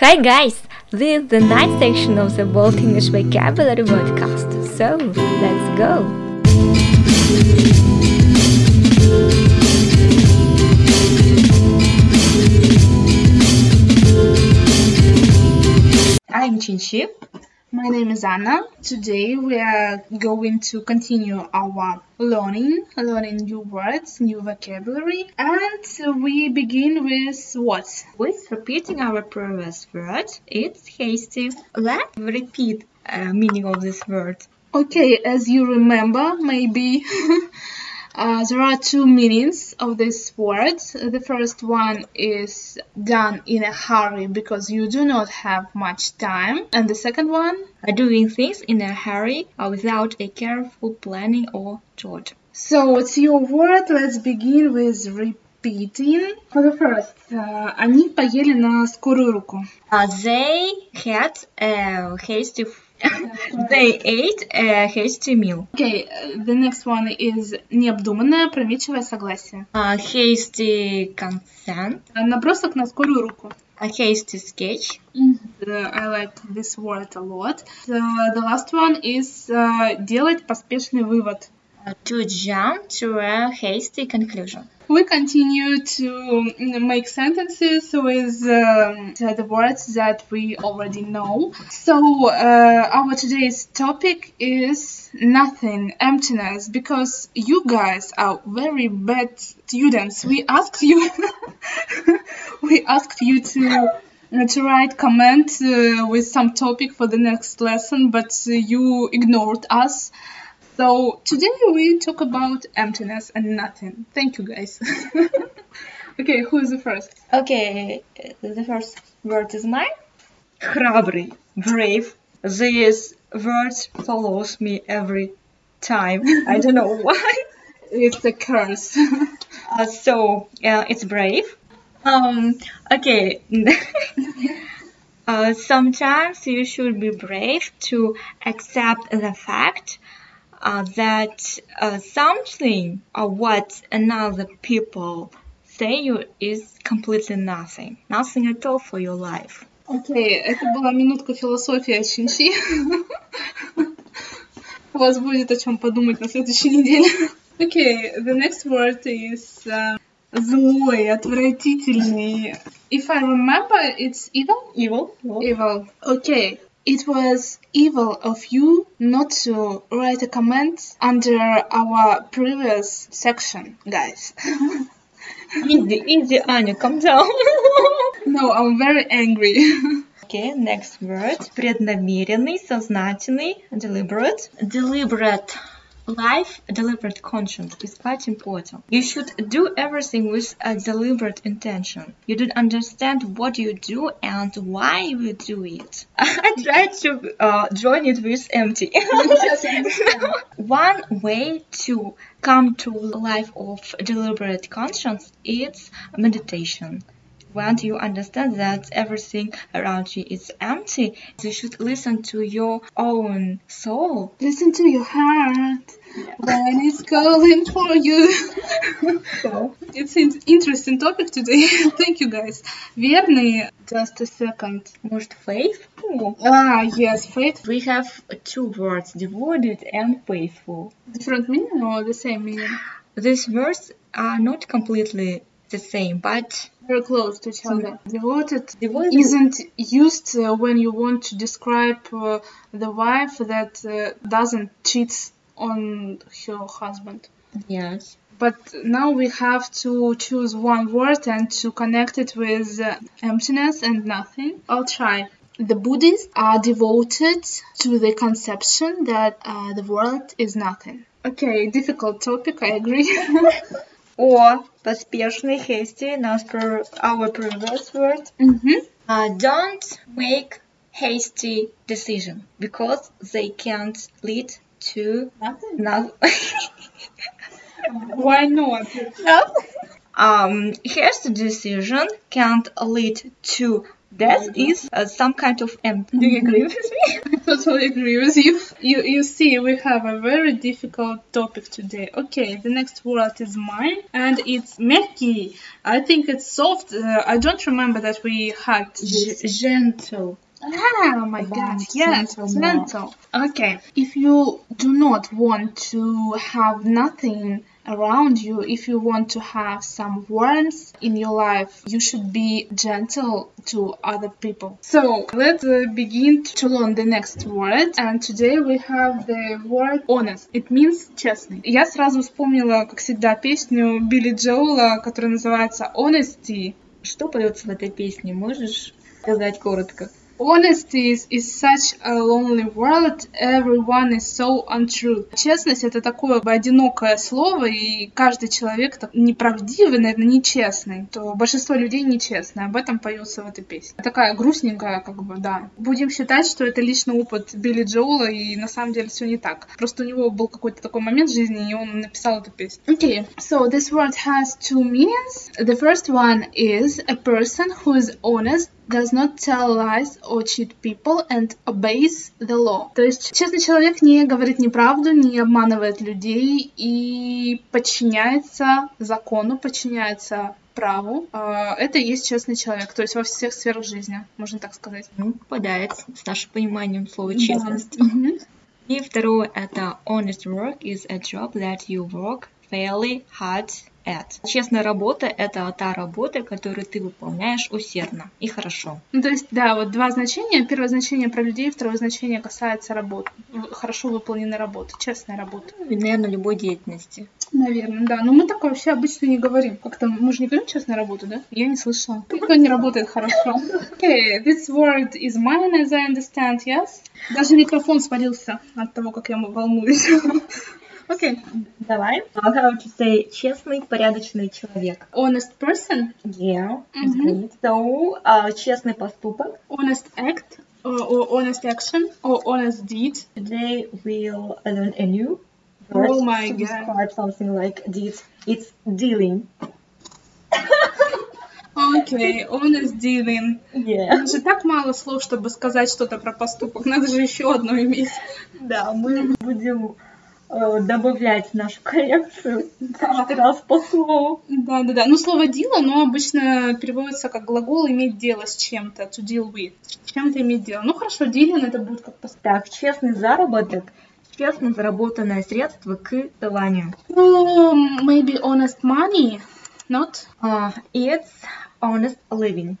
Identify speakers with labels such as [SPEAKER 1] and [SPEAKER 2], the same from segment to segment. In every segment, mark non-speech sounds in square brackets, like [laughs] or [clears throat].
[SPEAKER 1] Hi guys! This is the night section of the Bold English Vocabulary Podcast. So, let's go!
[SPEAKER 2] I'm Chinchi. My name is Anna. Today we are going to continue our learning, learning new words, new vocabulary, and we begin with what?
[SPEAKER 1] With repeating our previous word, it's hasty. Let's repeat uh, meaning of this word.
[SPEAKER 2] Okay, as you remember, maybe [laughs] uh, there are two meanings of this word. The first one is done in a hurry because you do not have much time, and the second one,
[SPEAKER 1] Uh, Doing things in a hurry or without a careful planning or thought.
[SPEAKER 2] So it's your word. Let's begin with repeating. For the first, uh, они поели на скорую руку.
[SPEAKER 1] Uh, they had a hasty. they ate a hasty meal.
[SPEAKER 2] Okay, uh, the next one is необдуманное промечивое согласие.
[SPEAKER 1] A hasty consent.
[SPEAKER 2] Uh, Набросок на скорую руку.
[SPEAKER 1] A hasty sketch.
[SPEAKER 2] Uh, I like this word a lot. Uh, the last one is uh, делать поспешный вывод.
[SPEAKER 1] Uh, to jump to a hasty conclusion.
[SPEAKER 2] We continue to mm, make sentences with um, the words that we already know. So, uh, our today's topic is nothing, emptiness, because you guys are very bad students. We asked you, [laughs] we asked you to. uh, To write comment uh, with some topic for the next lesson, but uh, you ignored us. So today we talk about emptiness and nothing. Thank you guys. [laughs] okay, who is the first?
[SPEAKER 1] Okay, uh, the first word is mine.
[SPEAKER 3] храбрый, brave. This word follows me every time. I don't know [laughs] why.
[SPEAKER 2] It's a curse. [laughs]
[SPEAKER 3] Uh, so uh, it's brave. Um. Okay. [laughs] uh, sometimes you should be brave to accept the fact uh, that uh, something or what another people say you is completely nothing, nothing at all for your life.
[SPEAKER 2] Окей, это была минутка философии Чинчи. [laughs] У вас будет о чем подумать на следующей неделе. [laughs] Окей, the next word is uh, злой, отвратительный. If I remember, it's evil.
[SPEAKER 3] Evil. Evil.
[SPEAKER 2] Evil. Okay. It was evil of you not to write a comment under our previous section, guys. [laughs]
[SPEAKER 3] Easy, easy, Аня, calm down. [laughs]
[SPEAKER 2] no, I'm very angry. [laughs]
[SPEAKER 3] Okay, next word. Преднамеренный, сознательный, deliberate. Deliberate life, deliberate conscience is quite important. You should do everything with a deliberate intention. You don't understand what you do and why you do it. [laughs] I tried to uh, join it with [laughs] empty. [laughs] One way to come to life of deliberate conscience is meditation. When you understand that everything around you is empty, you should listen to your own soul.
[SPEAKER 2] Listen to your heart when it's calling for you. [laughs]
[SPEAKER 3] So,
[SPEAKER 2] it's an interesting topic today. [laughs] Thank you, guys. Верный. Just a second.
[SPEAKER 3] может, faithful?
[SPEAKER 2] Ah, yes, faith.
[SPEAKER 3] We have two words, devoted and faithful.
[SPEAKER 2] Different meaning or the same meaning?
[SPEAKER 3] These words are not completely the same, but
[SPEAKER 2] very close to each other. Devoted,
[SPEAKER 3] Devoted.
[SPEAKER 2] isn't used uh, when you want to describe uh, the wife that uh, doesn't cheat on her husband.
[SPEAKER 3] yes.
[SPEAKER 2] But now we have to choose one word and to connect it with uh, emptiness and nothing. I'll try. The Buddhists are devoted to the conception that uh, the world is nothing. Okay, difficult topic, I [laughs] agree.
[SPEAKER 3] Or поспешный, hasty, as per our previous word.
[SPEAKER 2] hmm
[SPEAKER 3] Uh, don't make hasty decision because they can't lead to
[SPEAKER 2] Nothing?
[SPEAKER 3] no- [laughs]
[SPEAKER 2] Why not?
[SPEAKER 3] um hasty decision can't lead to That is uh, some kind of M. [laughs] Do you agree with me?
[SPEAKER 2] I [laughs] totally agree with you. You you see, we have a very difficult topic today. Okay, the next word is mine, and it's мягкий. I think it's soft. Uh, I don't remember that we had. this.
[SPEAKER 3] G- gentle.
[SPEAKER 2] Ah, my God!
[SPEAKER 3] Advanced
[SPEAKER 2] Yes,
[SPEAKER 3] mental
[SPEAKER 2] mental. Okay, if you do not want to have nothing around you, if you want to have some warmth in your life, you should be gentle to other people. So let's uh, begin to learn the next word. And today we have the word honest. It means честный. Я сразу вспомнила, как всегда, песню Билли Джоула, которая называется Honesty.
[SPEAKER 3] Что поется в этой песне? Можешь сказать коротко?
[SPEAKER 2] Honesty is, is such a lonely world, everyone is so untrue. Честность это такое одинокое слово, и каждый человек так неправдивый, наверное, нечестный. То большинство людей нечестны, об этом поется в этой песне. Такая грустненькая, как бы, да. Будем считать, что это личный опыт Билли Джоула, и на самом деле все не так. Просто у него был какой-то такой момент в жизни, и он написал эту песню. Okay, so this word has two meanings. The first one is a person who is honest does not tell lies or cheat people and obeys the law. То есть честный человек не говорит неправду, не обманывает людей и подчиняется закону, подчиняется праву. Э, Это и есть честный человек, то есть во всех сферах жизни, можно так сказать.
[SPEAKER 3] Ну, попадает с нашим пониманием слова
[SPEAKER 2] Да.
[SPEAKER 3] честность.
[SPEAKER 2] Мгм.
[SPEAKER 3] И второе это honest work is a job that you work fairly hard at. Честная работа это та работа, которую ты выполняешь усердно и хорошо.
[SPEAKER 2] Ну, то есть, да, вот два значения. Первое значение про людей, второе значение касается работы. В- Хорошо выполненной работы, честной работы.
[SPEAKER 3] Ну, и, наверное, любой деятельности.
[SPEAKER 2] Наверное, да. Но мы так вообще обычно не говорим. Как-то мы же не говорим честная работа, да? Я не слышала. Никто не работает хорошо. Okay, this word is mine, as I understand, yes? Даже микрофон свалился от того, как я м- волнуюсь. [laughs] Okay.
[SPEAKER 3] Давай. How about you say честный, порядочный человек?
[SPEAKER 2] Honest person,
[SPEAKER 3] Yeah.
[SPEAKER 2] Мгм.
[SPEAKER 3] great. So, а, честный поступок.
[SPEAKER 2] honest act, or, or honest action, or honest deed.
[SPEAKER 3] Today we'll learn a new word
[SPEAKER 2] Oh my
[SPEAKER 3] to
[SPEAKER 2] God.
[SPEAKER 3] describe something like this. It's dealing.
[SPEAKER 2] Okay, honest dealing.
[SPEAKER 3] Yeah.
[SPEAKER 2] Даже так мало слов, чтобы сказать что-то про поступок. Надо же еще одно иметь.
[SPEAKER 3] Да, мы будем э, добавлять в нашу коллекцию каждый раз по слову.
[SPEAKER 2] Да, да, да. Ну, слово deal, оно обычно переводится как глагол иметь дело с чем-то, to deal with. С чем-то иметь дело. Ну, хорошо, dealing это будет как поступок.
[SPEAKER 3] Так, честный заработок, честно заработанное средство к желанию.
[SPEAKER 2] Ну, maybe honest money, not?
[SPEAKER 3] А, it's honest living.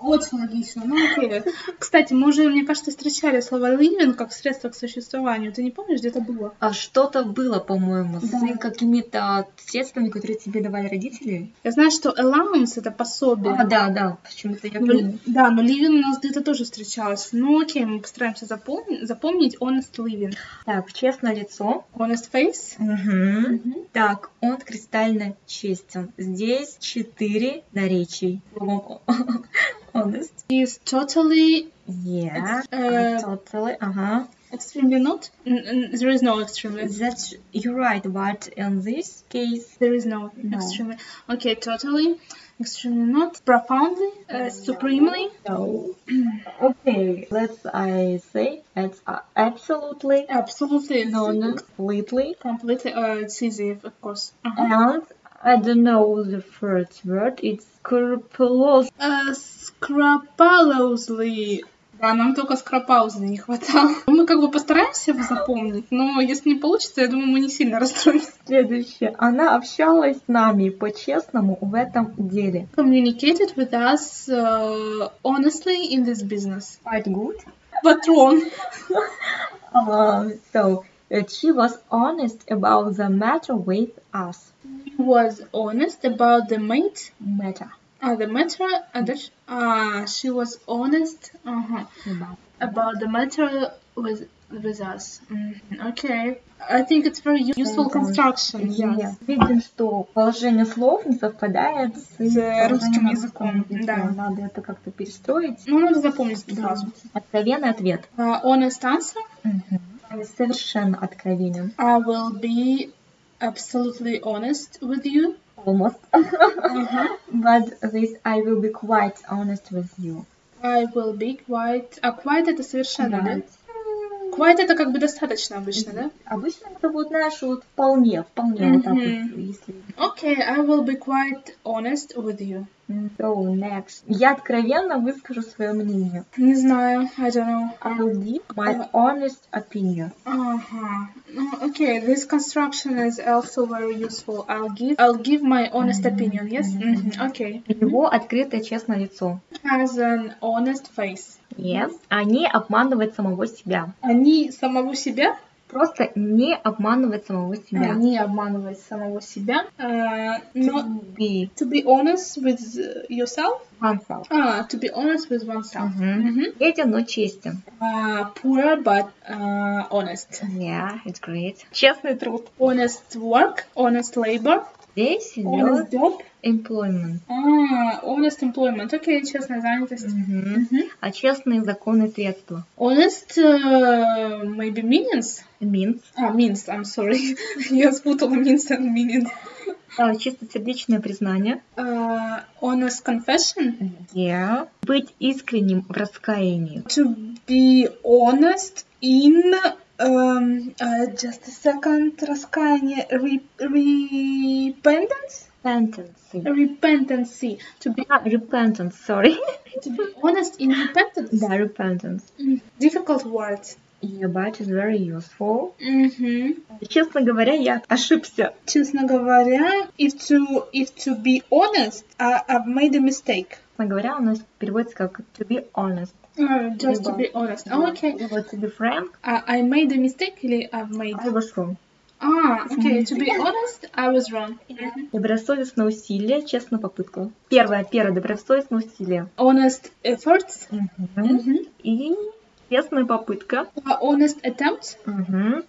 [SPEAKER 2] Очень логично, ну окей. Кстати, мы уже, мне кажется, встречали слово living как средство к существованию. Ты не помнишь, где это было?
[SPEAKER 3] А что-то было, по-моему,
[SPEAKER 2] Да.
[SPEAKER 3] с какими-то средствами, которые тебе давали родители.
[SPEAKER 2] Я знаю, что allowance это пособие.
[SPEAKER 3] А, да, да, почему-то я
[SPEAKER 2] Ну,
[SPEAKER 3] помню.
[SPEAKER 2] да, но living у нас где-то тоже встречалось. Ну окей, мы постараемся запомни- запомнить honest living.
[SPEAKER 3] Так, честное лицо.
[SPEAKER 2] Honest face.
[SPEAKER 3] Мгм. Так, он кристально честен. Здесь четыре наречий. Словом, [laughs] Honest.
[SPEAKER 2] Is totally
[SPEAKER 3] Yeah,
[SPEAKER 2] It's,
[SPEAKER 3] I
[SPEAKER 2] uh,
[SPEAKER 3] totally. Uh-huh.
[SPEAKER 2] Extremely not. N- n- there is no extremely.
[SPEAKER 3] That's you're right, but in this case,
[SPEAKER 2] There is no,
[SPEAKER 3] No.
[SPEAKER 2] extremely. Okay, totally. Extremely not. Profoundly. Uh, supremely.
[SPEAKER 3] no. [clears throat] okay, let's I say it's uh, absolutely,
[SPEAKER 2] Absolutely.
[SPEAKER 3] no, no, completely,
[SPEAKER 2] Completely. Uh, it's easy, of course. Uh-huh.
[SPEAKER 3] and I don't know the first word. It's scrupulous.
[SPEAKER 2] Uh, scrupulosely. Да, нам только скрапаузы не хватало. Мы как бы постараемся его запомнить, но если не получится, я думаю, мы не сильно расстроимся.
[SPEAKER 3] Следующее. Она общалась с нами по-честному в этом деле.
[SPEAKER 2] Communicated with us uh, honestly in this business.
[SPEAKER 3] Quite good.
[SPEAKER 2] But wrong.
[SPEAKER 3] Uh, so uh, she was honest about the matter with us.
[SPEAKER 2] He was honest about the mate
[SPEAKER 3] Matter.
[SPEAKER 2] А, the matter, а дальше... А, she was honest ага,
[SPEAKER 3] About.
[SPEAKER 2] about the matter with, with us. Мгм, Okay. I think it's very useful
[SPEAKER 3] Sentence.
[SPEAKER 2] construction.
[SPEAKER 3] Я
[SPEAKER 2] Yes.
[SPEAKER 3] Видим, что положение слов не совпадает с, положением
[SPEAKER 2] русским
[SPEAKER 3] русского
[SPEAKER 2] языком, да.
[SPEAKER 3] Надо это как-то перестроить.
[SPEAKER 2] Ну, надо запомнить эту
[SPEAKER 3] Да.
[SPEAKER 2] фразу.
[SPEAKER 3] Откровенный ответ. Э,
[SPEAKER 2] А, honest answer.
[SPEAKER 3] Совершенно откровенен.
[SPEAKER 2] I will be absolutely honest with you.
[SPEAKER 3] almost. [laughs] But this I will be quite honest with you.
[SPEAKER 2] I will be quite... А quite это совершенно, да?
[SPEAKER 3] М,
[SPEAKER 2] Quite это как бы достаточно обычно, да?
[SPEAKER 3] Обычно это вот, знаешь, вот вполне, вполне вот так вот,
[SPEAKER 2] Мгм.
[SPEAKER 3] если...
[SPEAKER 2] Okay, I will be quite honest with you.
[SPEAKER 3] М, So, next. Я откровенно выскажу свое мнение.
[SPEAKER 2] Не знаю, I don't know.
[SPEAKER 3] I'll give my honest opinion.
[SPEAKER 2] Ага. Ну, okay, this construction is also very useful. I'll give I'll give my honest opinion, yes?
[SPEAKER 3] Мгм.
[SPEAKER 2] Мгм, Okay.
[SPEAKER 3] У него открытое честное лицо.
[SPEAKER 2] Has an honest face.
[SPEAKER 3] Yes. А не обманывать самого себя.
[SPEAKER 2] Они самого себя?
[SPEAKER 3] Просто не обманывать самого себя.
[SPEAKER 2] Они обманывают самого себя. Э, но
[SPEAKER 3] To be
[SPEAKER 2] to be honest with yourself?
[SPEAKER 3] oneself.
[SPEAKER 2] А, to be honest with oneself.
[SPEAKER 3] Мгм.
[SPEAKER 2] Мгм.
[SPEAKER 3] Беден, но честен.
[SPEAKER 2] А, poor but а, honest.
[SPEAKER 3] Yeah, it's great. Честный труд.
[SPEAKER 2] Honest work, honest labor,
[SPEAKER 3] Здесь
[SPEAKER 2] honest
[SPEAKER 3] идет
[SPEAKER 2] job,
[SPEAKER 3] employment.
[SPEAKER 2] а, honest employment. Окей, честная занятость.
[SPEAKER 3] Мгм.
[SPEAKER 2] Мгм.
[SPEAKER 3] А честные законы средства.
[SPEAKER 2] Honest, э, maybe meanings?
[SPEAKER 3] Means.
[SPEAKER 2] А, means, I'm sorry. [laughs] Я спутала means and meaning.
[SPEAKER 3] А, чистосердечное признание.
[SPEAKER 2] А, honest confession?
[SPEAKER 3] Yeah. Быть искренним в раскаянии.
[SPEAKER 2] To be honest in... эм, э, just a second, раскаяние, re- repentance?
[SPEAKER 3] Repentance.
[SPEAKER 2] Repentancy. To be,
[SPEAKER 3] А, repentance, sorry.
[SPEAKER 2] to be honest in repentance?
[SPEAKER 3] [laughs] Да, repentance.
[SPEAKER 2] М, Difficult words.
[SPEAKER 3] Yeah, but it's very useful.
[SPEAKER 2] Мгм.
[SPEAKER 3] Честно говоря, я ошибся.
[SPEAKER 2] Честно говоря, if to, if to be honest, I, I've made a mistake.
[SPEAKER 3] Честно говоря, у нас переводится как to be honest.
[SPEAKER 2] Uh, just to
[SPEAKER 3] Либо-
[SPEAKER 2] be honest. Oh, okay.
[SPEAKER 3] Либо to be frank,
[SPEAKER 2] Uh, I made a mistake или I've made?
[SPEAKER 3] I was wrong.
[SPEAKER 2] Ah, okay. To be honest, I was wrong.
[SPEAKER 3] Добросовестное усилие, честная попытка. Первое, первое добросовестное усилие.
[SPEAKER 2] Honest efforts.
[SPEAKER 3] И честная попытка.
[SPEAKER 2] Uh, honest attempts.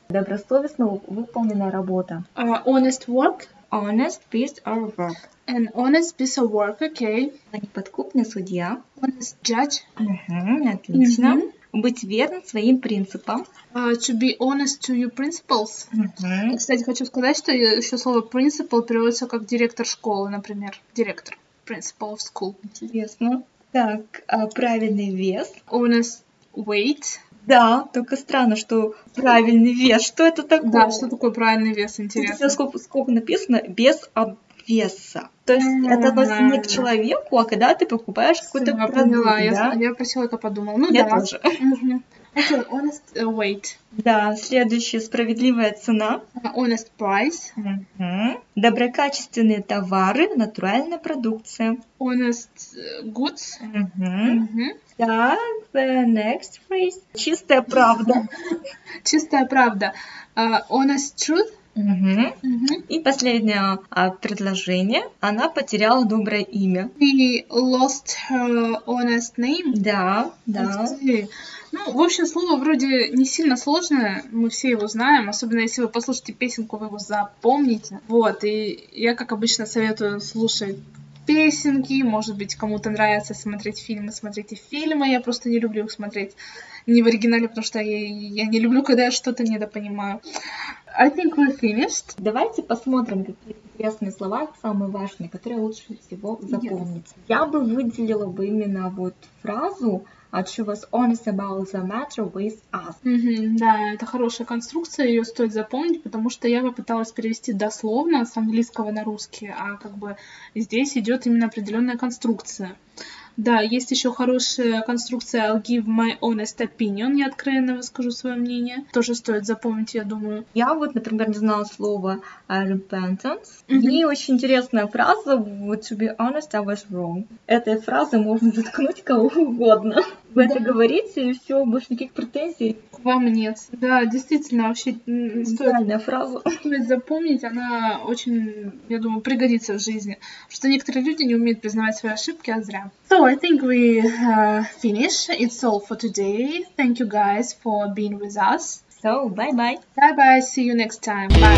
[SPEAKER 3] Добросовестно вып- выполненная работа.
[SPEAKER 2] Uh, honest work.
[SPEAKER 1] Honest piece of work.
[SPEAKER 2] An honest piece of work. Okay.
[SPEAKER 1] Неподкупный судья.
[SPEAKER 2] Honest judge.
[SPEAKER 1] Мгм, Отлично.
[SPEAKER 2] Мгм.
[SPEAKER 1] Быть верным своим принципам.
[SPEAKER 2] Uh, to be honest to your principles. Кстати, хочу сказать, что еще слово principal переводится как директор школы, например. Директор. Principal of school.
[SPEAKER 3] Интересно. Так, а, правильный вес.
[SPEAKER 2] Honest weight.
[SPEAKER 3] Да, только странно, что правильный вес. Что это такое?
[SPEAKER 2] Да, что такое правильный вес,
[SPEAKER 3] Ну, Тут у
[SPEAKER 2] интересно.
[SPEAKER 3] тебя сколько, сколько написано? Без обвеса. То есть это относится не к человеку, а когда ты покупаешь какой-то
[SPEAKER 2] Я
[SPEAKER 3] продукт.
[SPEAKER 2] поняла, я,
[SPEAKER 3] да?
[SPEAKER 2] я про человека подумала. Ну
[SPEAKER 3] Я
[SPEAKER 2] да.
[SPEAKER 3] тоже. э,
[SPEAKER 2] Мгм. Okay, honest uh, weight.
[SPEAKER 3] Да, следующее справедливая цена.
[SPEAKER 2] Uh, honest price.
[SPEAKER 3] Доброкачественные товары, натуральная продукция.
[SPEAKER 2] Honest uh, goods. Мгм.
[SPEAKER 3] Так, the next phrase. Чистая правда.
[SPEAKER 2] Чистая правда. Uh, honest truth.
[SPEAKER 3] Мгм.
[SPEAKER 2] Мгм.
[SPEAKER 3] И последнее а, предложение. Она потеряла доброе имя.
[SPEAKER 2] She lost her honest name.
[SPEAKER 3] Да, да.
[SPEAKER 2] Ух ты. Ну, в общем, слово вроде не сильно сложное, мы все его знаем, особенно если вы послушаете песенку, вы его запомните. Вот, и я, как обычно, советую слушать песенки, может быть, кому-то нравится смотреть фильмы, смотрите фильмы, я просто не люблю их смотреть не в оригинале, потому что я, я не люблю, когда я что-то недопонимаю. I think we're finished.
[SPEAKER 3] Давайте посмотрим, какие интересные слова самые важные, которые лучше всего запомнить. Я бы выделила бы именно вот фразу «And she was honest about the matter with us».
[SPEAKER 2] Мгм, да, это хорошая конструкция, ее стоит запомнить, потому что я попыталась перевести дословно с английского на русский, а как бы здесь идет именно определенная конструкция. Да, есть еще хорошая конструкция I'll give my honest opinion, я откровенно выскажу свое мнение. Тоже стоит запомнить, я думаю.
[SPEAKER 3] Я вот, например, не знала слово а, repentance.
[SPEAKER 2] Мгм.
[SPEAKER 3] И очень интересная фраза вот, «To be honest, I was wrong». Этой фразой можно заткнуть кого угодно. Вы это говорите, и все, больше никаких претензий.
[SPEAKER 2] К вам нет. Да, действительно, вообще м, стоит
[SPEAKER 3] Идеальная фраза.
[SPEAKER 2] стоит запомнить, она очень, я думаю, пригодится в жизни. Потому что некоторые люди не умеют признавать свои ошибки, а зря. So, I think we uh, finish. It's all for today. Thank you guys for being with us.
[SPEAKER 3] So, bye-bye.
[SPEAKER 2] Bye-bye. See you next time. Bye.